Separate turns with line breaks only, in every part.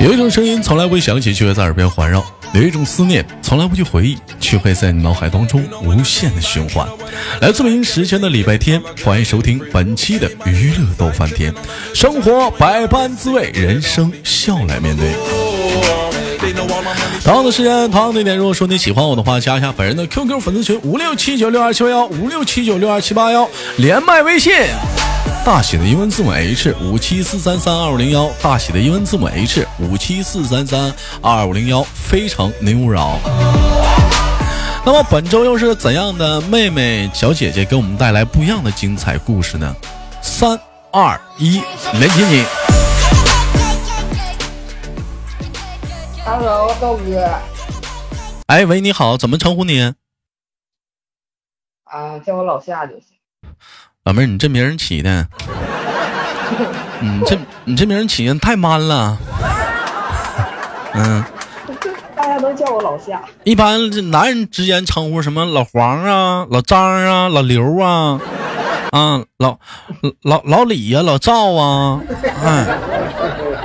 有一种声音从来不会响起，却会在耳边环绕；有一种思念从来不去回忆，却会在你脑海当中无限的循环。来自北京时间的礼拜天，欢迎收听本期的娱乐逗翻天，生活百般滋味，人生笑来面对。同样的时间，同样的地点。如果说你喜欢我的话，加一下本人的 QQ 粉丝群五六七九六二七八幺五六七九六二七八幺，连麦微信。大写的英文字母 H 五七四三三二五零幺，大写的英文字母 H 五七四三三二五零幺，非常您勿扰。那么本周又是怎样的妹妹小姐姐给我们带来不一样的精彩故事呢？三二一，连接你。
Hello，豆哥
哎，喂，你好，怎么称呼你？
啊，叫我老夏就行。
老妹儿，你这名儿起的，你这你这名儿起的太 man 了。嗯，
大家都叫我老夏，
一般这男人之间称呼什么老黄啊、老张啊、老刘啊， 啊老老老李呀、老赵啊，哎，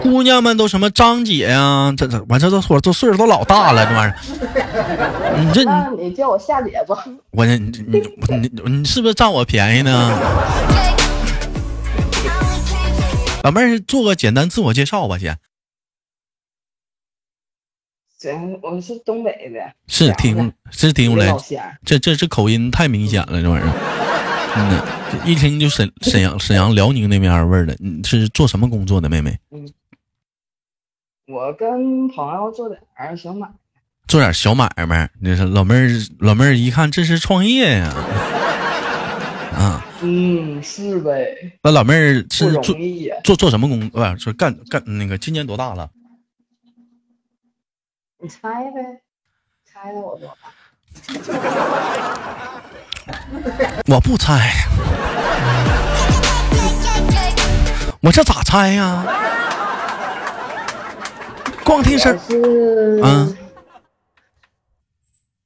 姑娘们都什么张姐呀、这这完这都说这岁数都老大了，这玩意儿，你这你
那你叫我夏姐吧。
我这你你你你你是不是占我便宜呢？老妹儿做个简单自我介绍吧，先
行，我是东北的，
是听
的
是听出来
老，乡。
这这这口音太明显了，这玩意儿，嗯呐，这一听就沈沈阳沈阳辽宁那边味儿的。你是做什么工作的，妹妹？
我跟朋友做点儿小买，
做点小买卖。你说老妹儿老妹儿一看这是创业呀、啊，
嗯，是呗，
那老妹儿
不
是
容
做
易呀。
做做什么工？不、是说干干那个今年多大了？
你猜呗，猜猜我多大？
我不猜，我这咋猜呀、光听声儿，
我是
嗯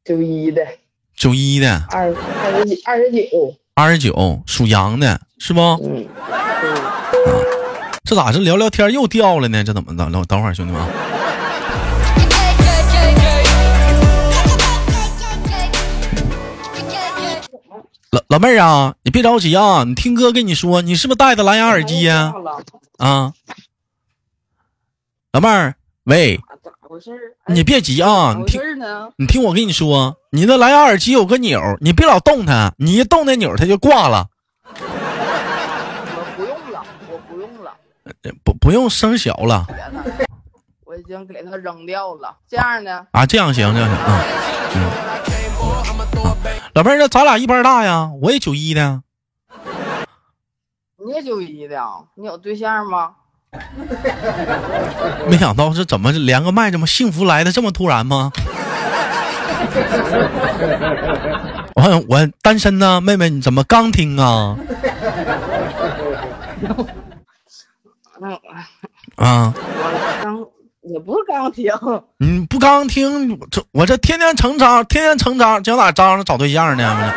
九一的，
九一的，
二二十几，二十九。
二十九，属羊的，是不？
嗯，
这咋这聊聊天又掉了呢？这怎么的？等等会儿，兄弟们啊，老老妹儿啊，你别着急啊，你听哥跟你说，你是不是戴的蓝牙耳机呀、
忘了
啊？老妹儿，喂，
咋回事儿？哎
你别急啊，
咋
你
回事
听
儿呢？
你听我跟你说，你那蓝牙耳机有个钮儿，你别老动它，你一动那钮儿它就挂了。
我不用了，我不用了。
呃不不用声小了
别呢，我已经给它扔掉了。这样呢，
啊，这样行这样行啊、嗯啊老妹儿，那咱俩一般大呀，我也九一的呀，
你也九一的啊，你有对象吗？
没想到是怎么连个麦，这么幸福来的这么突然吗？我我单身呢，妹妹你怎么刚听啊？
嗯，
啊，
我刚也不是刚听，
你不刚听，我这我这天天成张，天天成张，讲哪张找对象呢？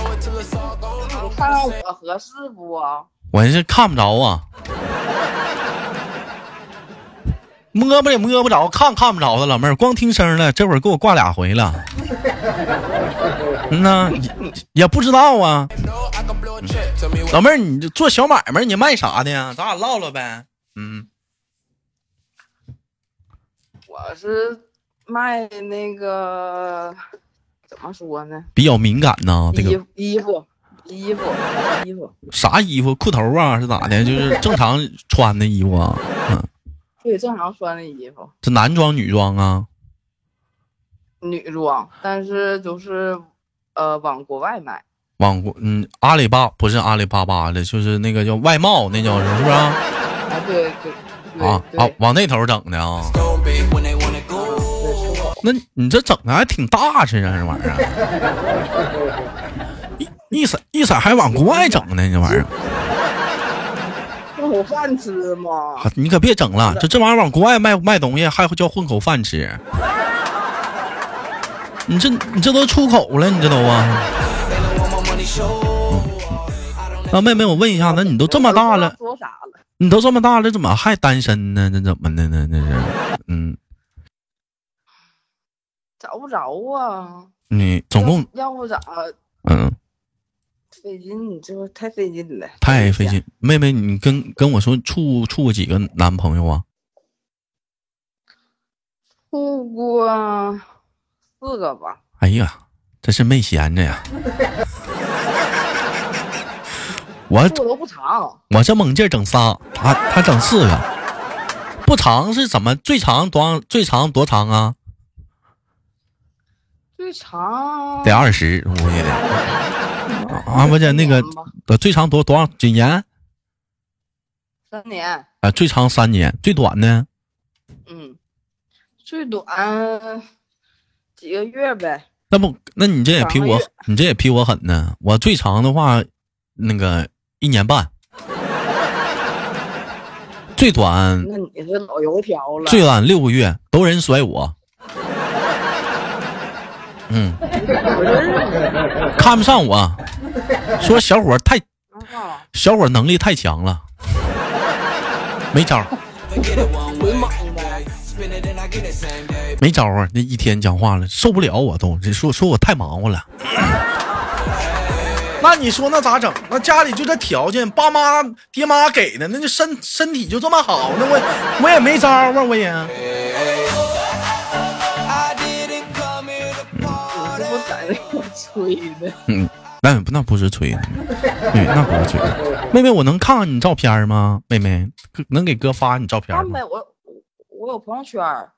你看看我合适不？啊
我这看不着啊，摸吧也摸不着，看看不着的老妹儿，光听声了，这会儿给我挂俩回了。嗯呐，也也不知道啊，老妹儿，你这做小买卖，你卖啥的呀？咱俩唠唠呗。嗯，
我是卖那个怎么说呢？
比较敏感呐，啊这
衣
个
服衣服衣服衣服，
啥衣服，裤头啊是咋的？就是正常穿的衣服啊，嗯，
对，正常穿的衣服，
这男装女装啊，
女装，但是就是呃往国外卖。
往国嗯阿里巴不是阿里巴巴的，就是那个叫外贸，那叫是不是啊？
啊，对对对
啊
对，
啊，往那头整的啊、
对是我
那你这整的还挺大气啊，这玩意儿。一一色一色还往国外整呢，这玩意儿、
混口饭吃吗？
啊你可别整了，这这玩意儿往国外卖卖东西还叫混口饭吃。你这你这都出口了，你这都啊。啊那、妹妹，我问一下，那你都这么大了，
说啥了？
你都这么大了，怎么还单身呢？那怎么的呢？那是，嗯，
找不着啊。
你总共，
要不咋
嗯，
费劲？这太费劲了，
太费。劲。妹妹，你跟跟我说处处过几个男朋友啊？
处过四个吧，
哎呀，真是没闲着呀！ 我
处都不长，
我这猛劲儿整仨，他他整四个，不长是怎么？最长多长？最长多长啊？
最长
得二十，我估计得。啊，我姐那个
一年吧，
呃，最长多多少几年？
三年。
啊，最长三年，最短呢？
嗯，最短几个月呗。
那不，那你这也比我
两个月，
你这也比我狠呢。我最长的话，那个一年半，最短
那你是老油条了，
最晚六个月，都人甩我。嗯，看不上我，说小伙儿太
啊
小伙儿能力太强了，没招儿，
回莽呗。
没招儿啊！那一天讲话了，受不了我都，这说说我太忙活了。那你说那咋整？那家里就这条件，爸妈爹妈给的，那就身身体就这么好，那我我也没招儿啊，我也。
I didn't come here to party.
我在那块吹 的，
嗯，那不那不是吹的，妹妹那不是吹的。妹妹，我能看看你照片吗？妹妹，哥能给哥发你照片
看
吗
呗，？我我有朋友圈儿，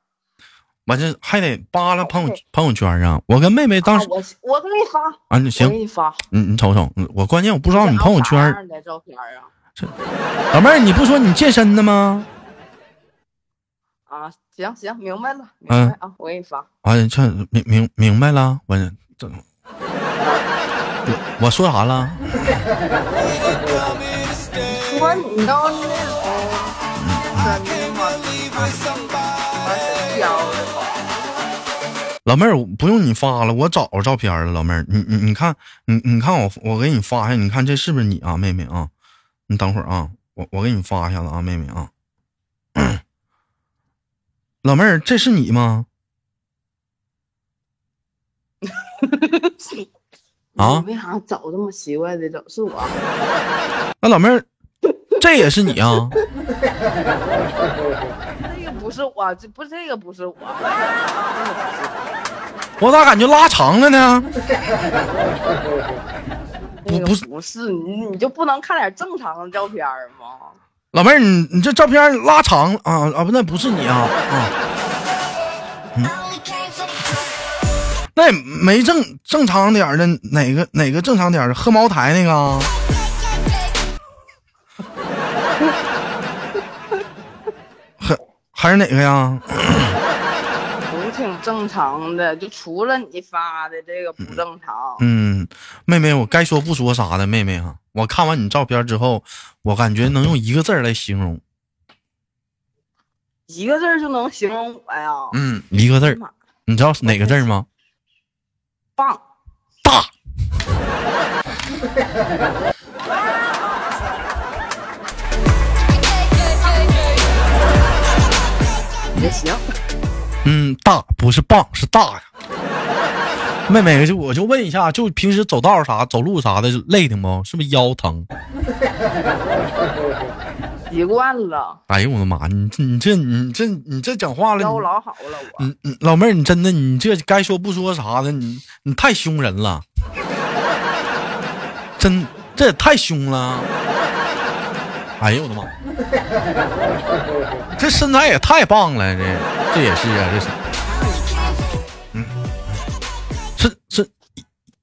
完这还得扒拉朋友朋友圈啊！我跟妹妹当
啊
时
我我给你发，
啊，你
我给
行，
你发。
你你瞅瞅，嗯我关键我不知道你朋友圈
这啥
儿，
样的照片儿啊？
老妹儿，你不说你健身的吗？
啊，行行，明白了，明
嗯
白啊，我给你发。
啊，这明明明白了，我这 我我说啥了？
Come here to stay.
我你到那个真的吗？
Leave with somebody.
完是标的吗？
老妹儿，我不用你发了，我找着照片了。老妹儿，你你你看，你你看我我给你发一下，你看这是不是你啊，妹妹啊？你等会儿啊，我我给你发一下子啊，妹妹啊。 老妹儿，这是你吗？啊
你为啥找这么奇怪的？找是我，
那老妹儿，这也是你啊？
这个不是我，这不这个不是我，
我咋感觉拉长了呢？
这个
不是
不是你，你就不能看点正常的照片儿吗？
老妹儿，你你这照片拉长了啊啊不，那不是你啊啊。那也没正正常点儿的哪个哪个正常点儿的喝茅台那个啊？还还是哪个呀？
都挺正常的，就除了你发的这个不正常。
嗯，妹妹，我该说不说啥的，妹妹啊，我看完你照片之后，我感觉能用一个字儿来形容，
一个字儿就能形容我呀，
嗯，一个字儿，
妈
你知道是哪个字儿吗？
棒！
大。
也行，
嗯，大不是棒，是大呀。 妹妹，就我就问一下，就平时走道啥、走路啥的累的吗？是不是腰疼？
习惯了，
哎呦我的妈！你这你这你这你这讲话了，
腰
你
老好了我。
你你嗯老妹儿，你真的你这该说不说啥的，你你太凶人了，真这也太凶了。哎呦我的妈！ 这身材也太棒了，这这也是啊，这是，嗯，是是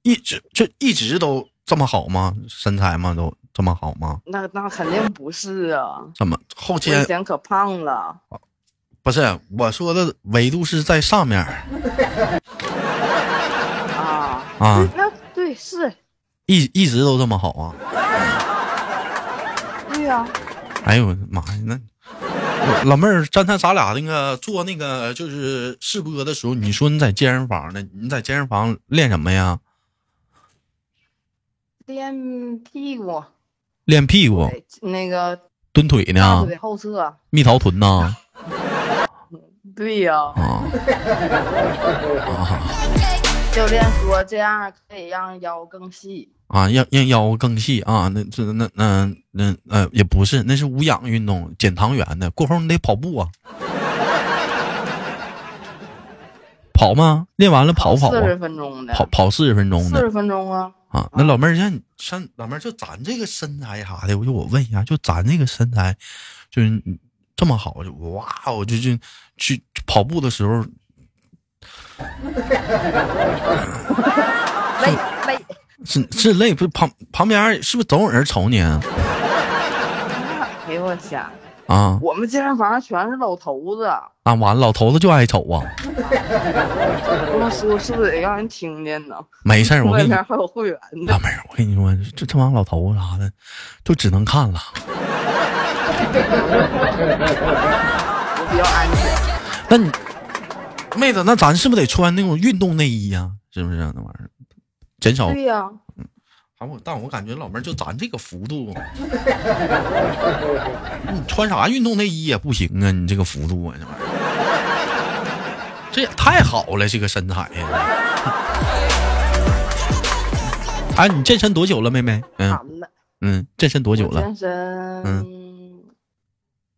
一一直这一直都这么好吗？身材吗？都这么好吗？
那那肯定不是啊，
怎么后
我以
天
前可胖了，
不是我说的维度是在上面儿
啊
啊？
那对是，
一一直都这么好啊？
对呀、
哎呦我的妈呀，那我老妹儿，刚才咱俩那个做那个就是试播的时候，你说你在健身房呢？你在健身房练什么呀？
练屁股，
练屁股
哎那个
蹲腿
大
呢？
腿后侧。
蜜桃臀呢？
对呀、
啊，
教练说这样可以让腰更细。
啊，让让腰更细啊，那这那那那呃也不是，那是无氧运动，减糖原的。过后你得跑步啊，跑吗？练完了跑不跑
四十
啊？
分钟的，
跑跑四十分钟
四
的
十分钟啊。
啊。那老妹儿，像你像老妹儿，就咱这个身材啥的，我就我问一下，就咱这个身材，就是你这么好，就哇，我就就去去跑步的时候，
累累，
是是累不？旁旁边是不是总有人瞅你啊？
哎呦我天，
啊
我们健身房全是老头子，
那完了，老头子就爱瞅啊。
这么说是不是得让人听见呢？
没事儿，哎我
外
跟你
边还有会员呢
大。妹儿，我跟你说，这这帮老头子啥的，就只能看了。啊
我比较安全。
那你妹子，那咱是不是得穿那种运动内衣呀、是不是、那玩意儿减少？
对呀、
啊我但我感觉老妹儿就咱这个幅度，你穿啥运动内衣也不行啊！你这个幅度啊，这玩意儿，这也太好了，这个身材呀、哎，你健身多久了，妹妹？嗯
男的。
嗯，健身多久
我
了？嗯
健身，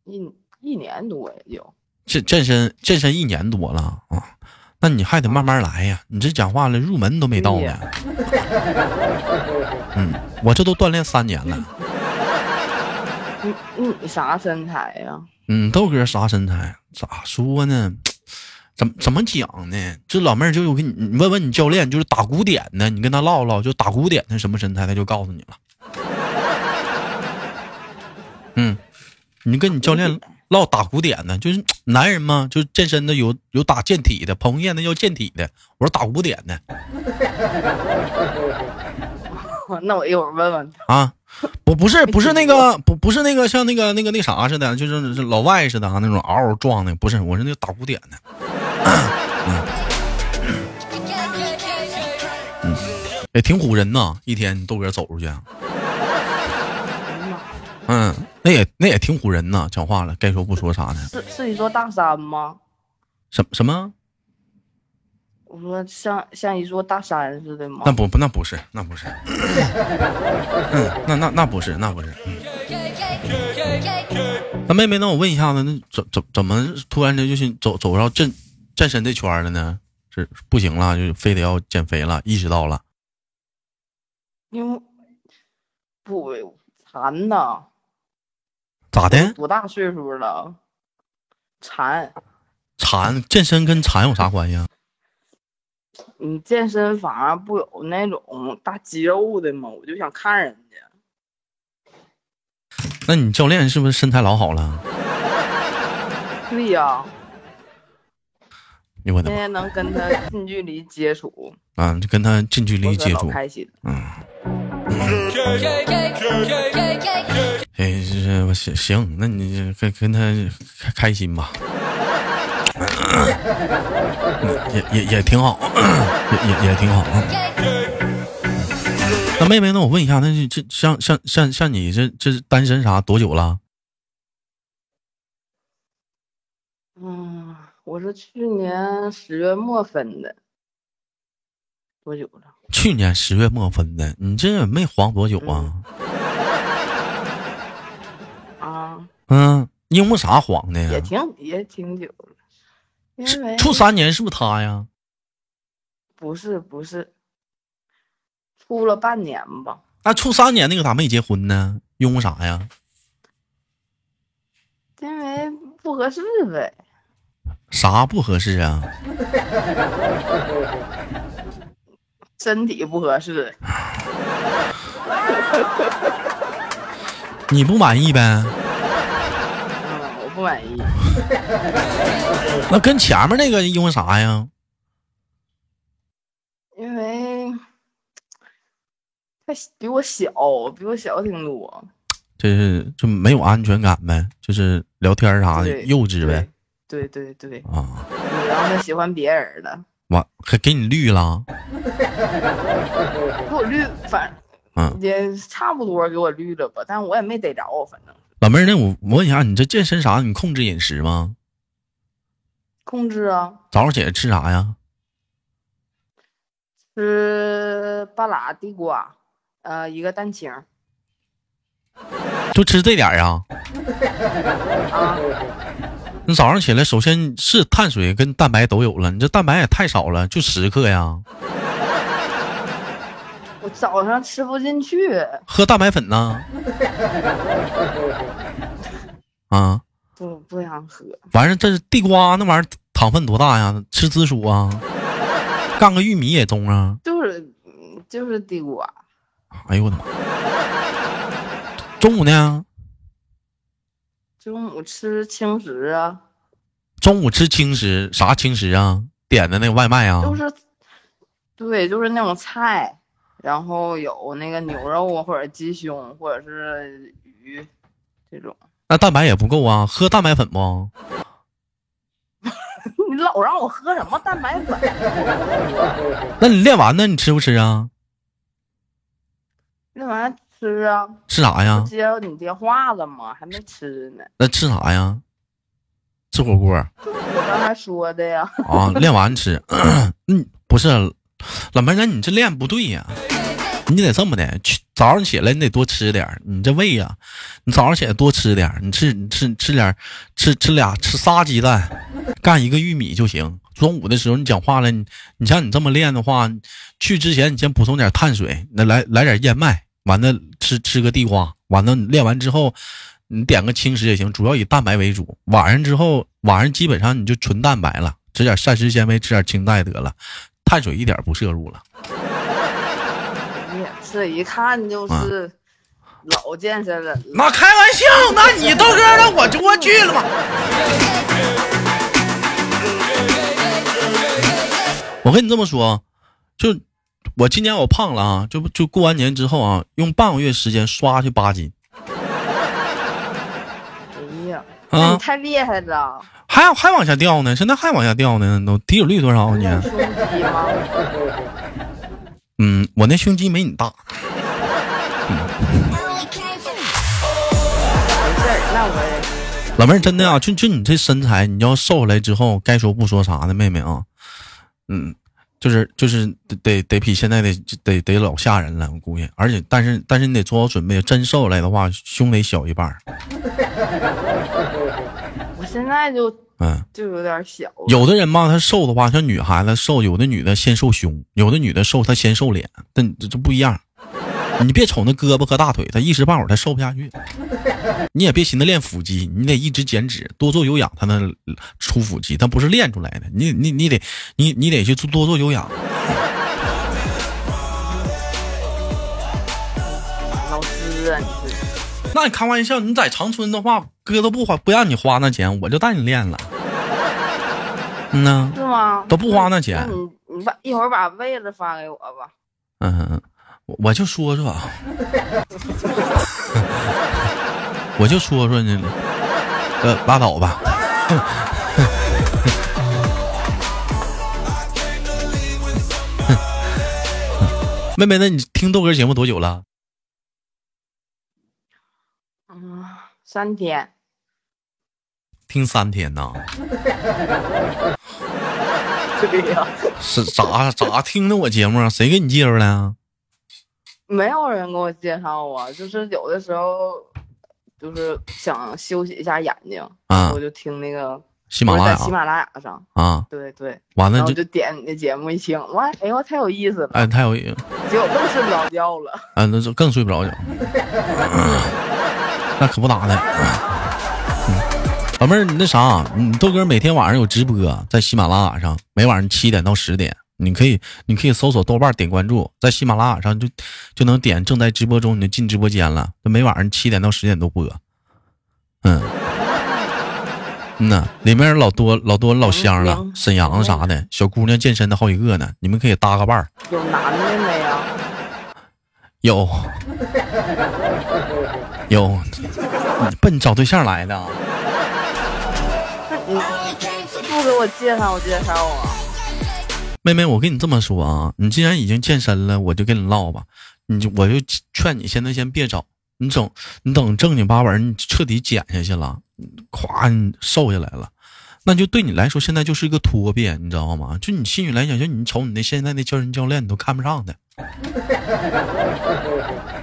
一一年多也就。
健健身健身一年多了啊，那你还得慢慢来呀。你这讲话了，入门都没到
对
呢
呀。
嗯，我这都锻炼三年了。
你你啥啊身材呀、
嗯，豆哥啥身材？咋说呢？怎么怎么讲呢？这老妹儿就我跟你你问问你教练，就是打鼓点的，你跟他唠唠，就打鼓点的什么身材，他就告诉你了。 嗯，你跟你教练唠打鼓点的，就是男人嘛，就是健身的有有打健体的，彭于晏那叫健体的，我说打鼓点的
那我一会儿问问他。
啊，我不是不是那个不不是那个像那个那个那啥似的，就是是老外似的啊那种嗷嗷撞的，不是，我是那个打鼓点的。也哎挺唬人呐，一天豆哥走出去，啊
哎呀妈，
嗯，那也那也挺唬人呐，讲话了，该说不说啥的，
是是一座大山吗？
什什么？
我说像像一座大山似的吗
那？不不那不是那不是，嗯，那那那不是那不是，嗯，那妹妹，那我问一下子，那怎怎怎么突然间就是走走到健健身这圈儿了呢？是不行了，就非得要减肥了，意识到了
因为不馋呐，
咋的？
多大岁数了？馋，
馋健身跟馋有啥关系啊？
你健身房不有那种大肌肉的吗？我就想看人家，
那你教练是不是身材老好了？
对呀、
哎呦我的
现
妈！
在能跟他近距离接触，
啊，就跟他近距
我
离
可
接
老
触，
开心。
哎，这我行行，那你这跟跟他开开心吧， 也也也挺好，也也也挺好。那妹妹，那我问一下，那这这像像像像你这这单身啥多久了？
嗯，我是去年十月末分的，多久了？
去年十月末分的，你这也没黄多久啊？
啊，
嗯，你因为啥黄的呀
也？挺也挺久了，因
嗯是
为
处三年是不是他呀？
不是不是，处了半年吧，
那处三年那个咋没结婚呢？因为啥呀？
因为不合适呗。
啥不合适啊？
身体不合适，
你不满意呗？
嗯，我不满意。
那跟前面那个因为啥呀？
因为他比我小，比我小挺多。
就是就没有安全感呗，就是聊天啥的
对，
啊幼稚呗
对对对对，
啊，
然后他喜欢别人了，
完还给你绿了，
给我绿，反
嗯
也差不多给我绿了吧，但我也没逮着，反正
老妹儿，那我我问一下，你这健身啥？你控制饮食吗？
控制啊，
早上起来吃啥呀？
吃半拉地瓜，呃，一个蛋清儿
就吃这点儿啊？
啊，
你早上起来，首先是碳水跟蛋白都有了，你这蛋白也太少了，就十克呀。
我早上吃不进去，
喝蛋白粉 呢？啊，
不不想喝，
完事儿这地瓜那玩意儿糖分多大呀？吃紫薯啊，干个玉米也中啊。
就是嗯就是地瓜，
哎呦我的妈！中午呢？
中午吃轻食啊，
中午吃轻食，啥轻食啊？点的那个外卖啊？
就是，对，就是那种菜，然后有那个牛肉啊，或者鸡胸，或者是鱼，这种。
那蛋白也不够啊，喝蛋白粉不？
你老让我喝什么蛋白粉？
那你练完呢？你吃不吃啊？
那玩意儿吃啊？
吃啥呀？
接到你电话了吗？还没吃呢，
那吃啥呀？吃火锅啊？
我刚才说的呀。
练完吃。 嗯，不是，老妹儿，那你这练不对呀、你得这么的，去早上起来你得多吃点儿，你这胃呀、你早上起来多吃点儿，你吃你吃吃点儿，吃吃俩吃仨鸡蛋，干一个玉米就行。中午的时候你讲话了，你你像你这么练的话，去之前你先补充点碳水，那来来点燕麦，完了吃吃个地瓜，完了你练完之后，你点个轻食也行，主要以蛋白为主。晚上之后，晚上基本上你就纯蛋白了，吃点膳食纤维，吃点青菜得了，碳水一点不摄入了。
你也是一看就是老健身人了。
嗯那开玩笑，那你到这儿了，我就过去了嘛。我跟你这么说，就我今年我胖了啊，就就过完年之后啊，用半个月时间刷去八斤
哎呀，那
啊
你，太厉害了！
还还往下掉呢，现在还往下掉呢，都体脂率多少啊
你有
呢？
胸肌吗？
嗯，我那胸肌没你大，
没事儿，那我
老妹儿真的啊，就就你这身材，你要瘦下来之后，该说不说啥的，妹妹啊，嗯，就是就是得得得比现在得得得老吓人了，我估计，而且但是但是你得做好准备，真瘦下来的话，胸得小一半儿，
我现在就
嗯，
就有点小了。
有的人嘛，她瘦的话，像女孩子瘦，有的女的先瘦胸，有的女的瘦她先瘦脸，但这这不一样。你别瞅那胳膊和大腿，她一时半会儿她瘦不下去。你也别寻思练腹肌，你得一直减脂，多做有氧，才能出腹肌。它不是练出来的，你你你得你你得去做多做有氧。
老师啊，你是
那你开玩笑，你在长春的话，哥都不花不让你花那钱，我就带你练了。 嗯呐，
是吗？
都不花那钱
那你你把一会儿把位置发给我吧。
嗯，我我就说说啊， 我就说说你，呃，拉倒吧。 妹妹，那你听豆哥节目多久了？
嗯，三天。
听三天呐，
对呀、
是咋咋听的我节目啊？谁给你介绍的啊？
没有人给我介绍啊，就是有的时候，就是想休息一下眼睛，
啊
我，就听那个
喜马拉
我
雅
是在喜马哦拉雅上，
啊，
对对，
完
然
了
后
就
就点你的节目一听，哇，哎呦，太有意思了，
哎，太有
结果更睡不着觉了。
啊，那就更睡不着觉，嗯那可不咋的。嗯老妹儿，你那啥，啊你豆哥每天晚上有直播，在喜马拉雅上，每晚上七点到十点，你可以，你可以搜索豆瓣儿点关注，在喜马拉雅上就就能点正在直播中，你就进直播间了。就每晚上七点到十点都播，嗯，嗯呐，里面有老多老多老乡了，
嗯
沈阳啥的，小姑娘健身的好几个呢，你们可以搭个伴儿。
有男的没啊呀？
有，有，你奔找对象来的啊？
那你不给我介绍介绍啊？
妹妹，我跟你这么说啊，你既然已经健身了，我就跟你唠吧，你就我就劝你现在先别找，你整你等正经八百儿，你彻底减下去了，咵，你瘦下来了。那就对你来说，现在就是一个托别，你知道吗？就你心里来讲，就你瞅你那现在那健身教练，你都看不上他，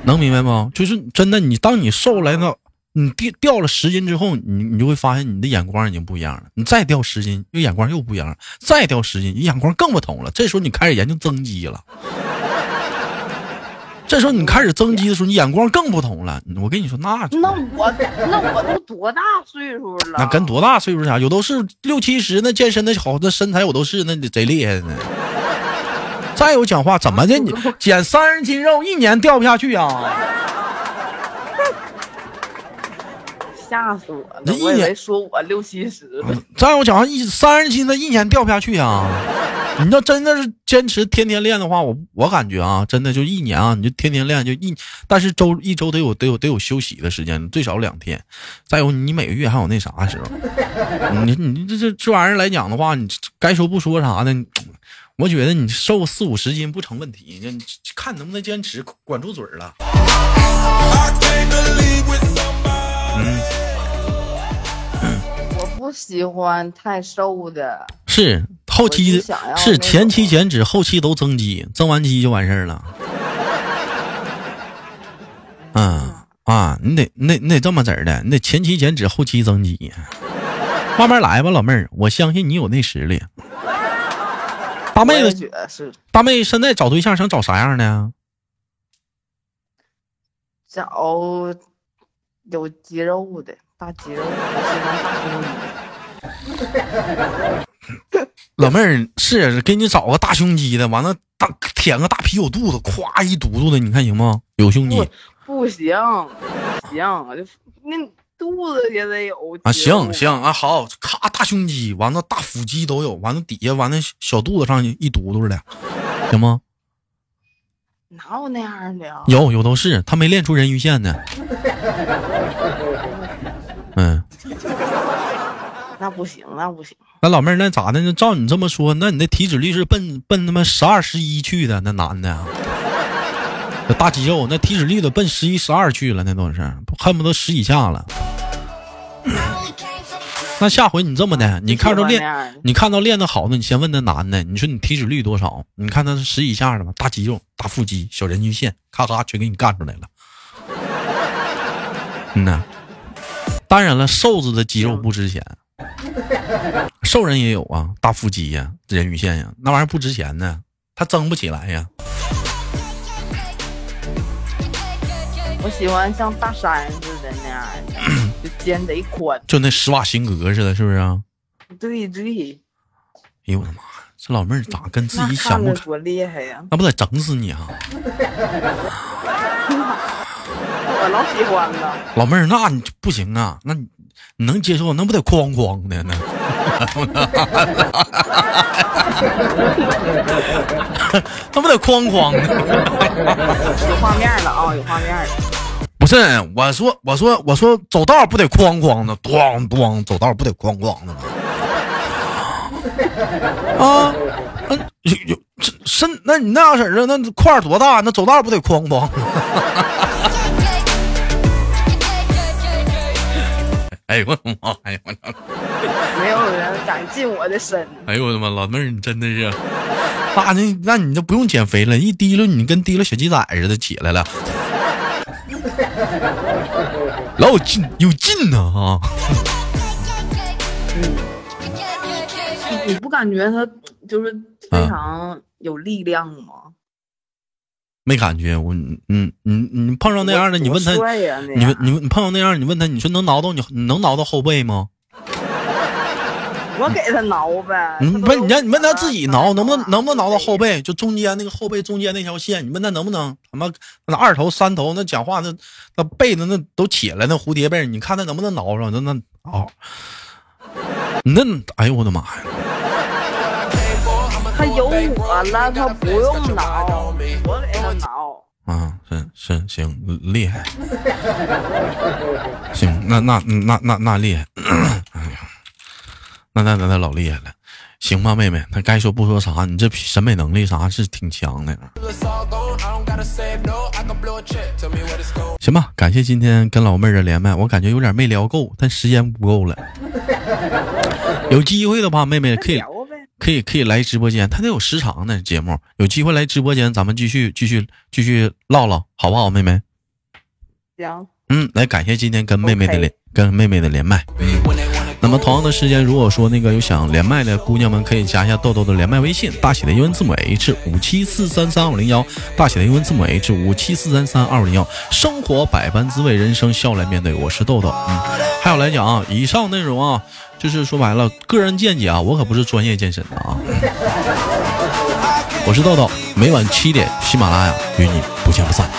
能明白吗？就是真的，你当你瘦来到你掉掉了十斤之后，你你就会发现你的眼光已经不一样了。你再掉十斤，又眼光又不一样了；再掉十斤，眼光更不同了。这时候你开始研究增肌了。这时候你开始增肌的时候，你眼光更不同了。我跟你说，那
那我那我都多大岁数了？
那跟多大岁数啥？有都是六七十，那健身的好，那身材我都是，那得贼厉害呢。再有讲话怎么的？你减三十斤肉，一年掉不下去啊？
吓死我了！
那一
我以
年嗯
为说我六七十了，
再有讲话一三十斤，那一年掉不下去啊？你要真的是坚持天天练的话，我我感觉啊，真的就一年啊，你就天天练，就一，但是周一周得有得有得有休息的时间，最少两天。再有你每个月还有那啥时候，你你这这这玩意儿来讲的话，你该说不说啥的，你我觉得你瘦四五十斤不成问题，你看能不能坚持，管住嘴儿了。
I can't believe with somebody.
我不喜欢太瘦的。
是后期
我就想要
是
那种
前期减脂，后期都增肌，增完肌就完事儿了。嗯啊，你得你得你得这么整儿的，你得前期减脂，后期增肌，慢慢来吧，老妹儿，我相信你有那实力。大妹
我也
子，
觉得是
大妹现在找对象想找啥样的呀？
找有肌肉的大肌肉的，我喜欢大胸的。
老妹儿是给你找个大胸肌的，完了大舔个大啤酒肚子，咵一嘟嘟的，你看行吗？有胸肌
不不行，不行，就那肚子也得有
啊，
肌肉
行行啊，好，咔，大胸肌，完了大腹肌都有，完了底下完了小肚子上一嘟嘟的，行吗？
哪有那样的啊呀？
有有都是，他没练出人鱼线呢。嗯，
那不行，那不行，
那老妹儿，那咋的？那照你这么说，那你那体脂率是奔奔他妈十二十一去的？那男的啊，那大肌肉，那体脂率都奔十一十二去了，那都是恨不得十以下了。那下回你这么的，你看着练
不喜欢那样的
你看到练得好的，你先问那男的，你说你体脂率多少？你看他是十以下的吧，大肌肉、大腹肌、小人鱼线，咔咔全给你干出来了。嗯呐，当然了，瘦子的肌肉不值钱，瘦人也有啊，大腹肌呀、人鱼线呀、那玩意儿不值钱呢，他增不起来呀、
我喜欢像大山似的那样的，就肩贼宽。
就那施瓦辛格似的，是不是啊？
对对，
哎呦我的妈，这老妹儿咋跟自
那
己想
看
不
着
开？
多厉害呀！
那不得整死你啊！
我老喜欢了，
老妹儿，那你就不行啊，那你你能接受，那不得哐哐的呢？ 那不得哐哐的？
有画面了啊、有画面了。
不是，我说，我说，我说，走道不得哐哐的，咣咣，走道不得哐哐的吗？ 啊，那有有这身，那你那样式儿的，那块儿多大？那走道不得哐哐？ 哎呦我的妈！哎呦我的妈！
没有人敢近我的身，
哎呦我的妈，老妹儿，你真的是，那那那你就不用减肥了，一提溜你跟提溜小鸡仔似的起来了， 老有劲有劲呢啊！
你不感觉他就是非
啊
常有力量吗？
没感觉，我你你你你碰上那样的，你问他，
多帅呀那
你
样
问你问你碰上那样，你问他，你说能挠到你你能挠到后背吗？
我给他挠呗。
你
他
嗯
都
问你
有
让你问他自己挠，能不能能不能挠到后
背？
背？就中间那个后背中间那条线，你问他能不能？他妈那二头三头那讲话那那被子那都起来那蝴蝶被，你看他能不能挠着？那那挠， 你那哎呦我的妈呀！
他有我了，他不用挠，我给他挠。
啊，是是行，厉害，行，那那那那那厉害， 哎呀，那那那那老厉害了，行吧，妹妹，那该说不说啥，你这审美能力啥是挺强的。啊
It's all gone. I don't gotta save no I can blow a check. Tell me what it's going.
行吧，感谢今天跟老妹儿的连麦，我感觉有点没聊够，但时间不够了。有机会的话，妹妹可以
聊呗。
可以可以来直播间，它得有时长呢。节目有机会来直播间，咱们继续继续继续唠唠，好不好，妹妹？
行，
嗯，来感谢今天跟妹妹的
OK
连跟妹妹的连麦。
When they wanna
那么同样的时间，如果说那个有想连麦的姑娘们，可以加一下豆豆的连麦微信，大写的英文字母 H 五七四三三二五零幺，大写的英文字母 H 五七四三三二五零幺。生活百般滋味，人生笑来面对。我是豆豆，嗯，还有来讲啊，以上内容啊，就是说白了，个人见解啊，我可不是专业健身的啊。我是豆豆，每晚七点，喜马拉雅与你不见不散。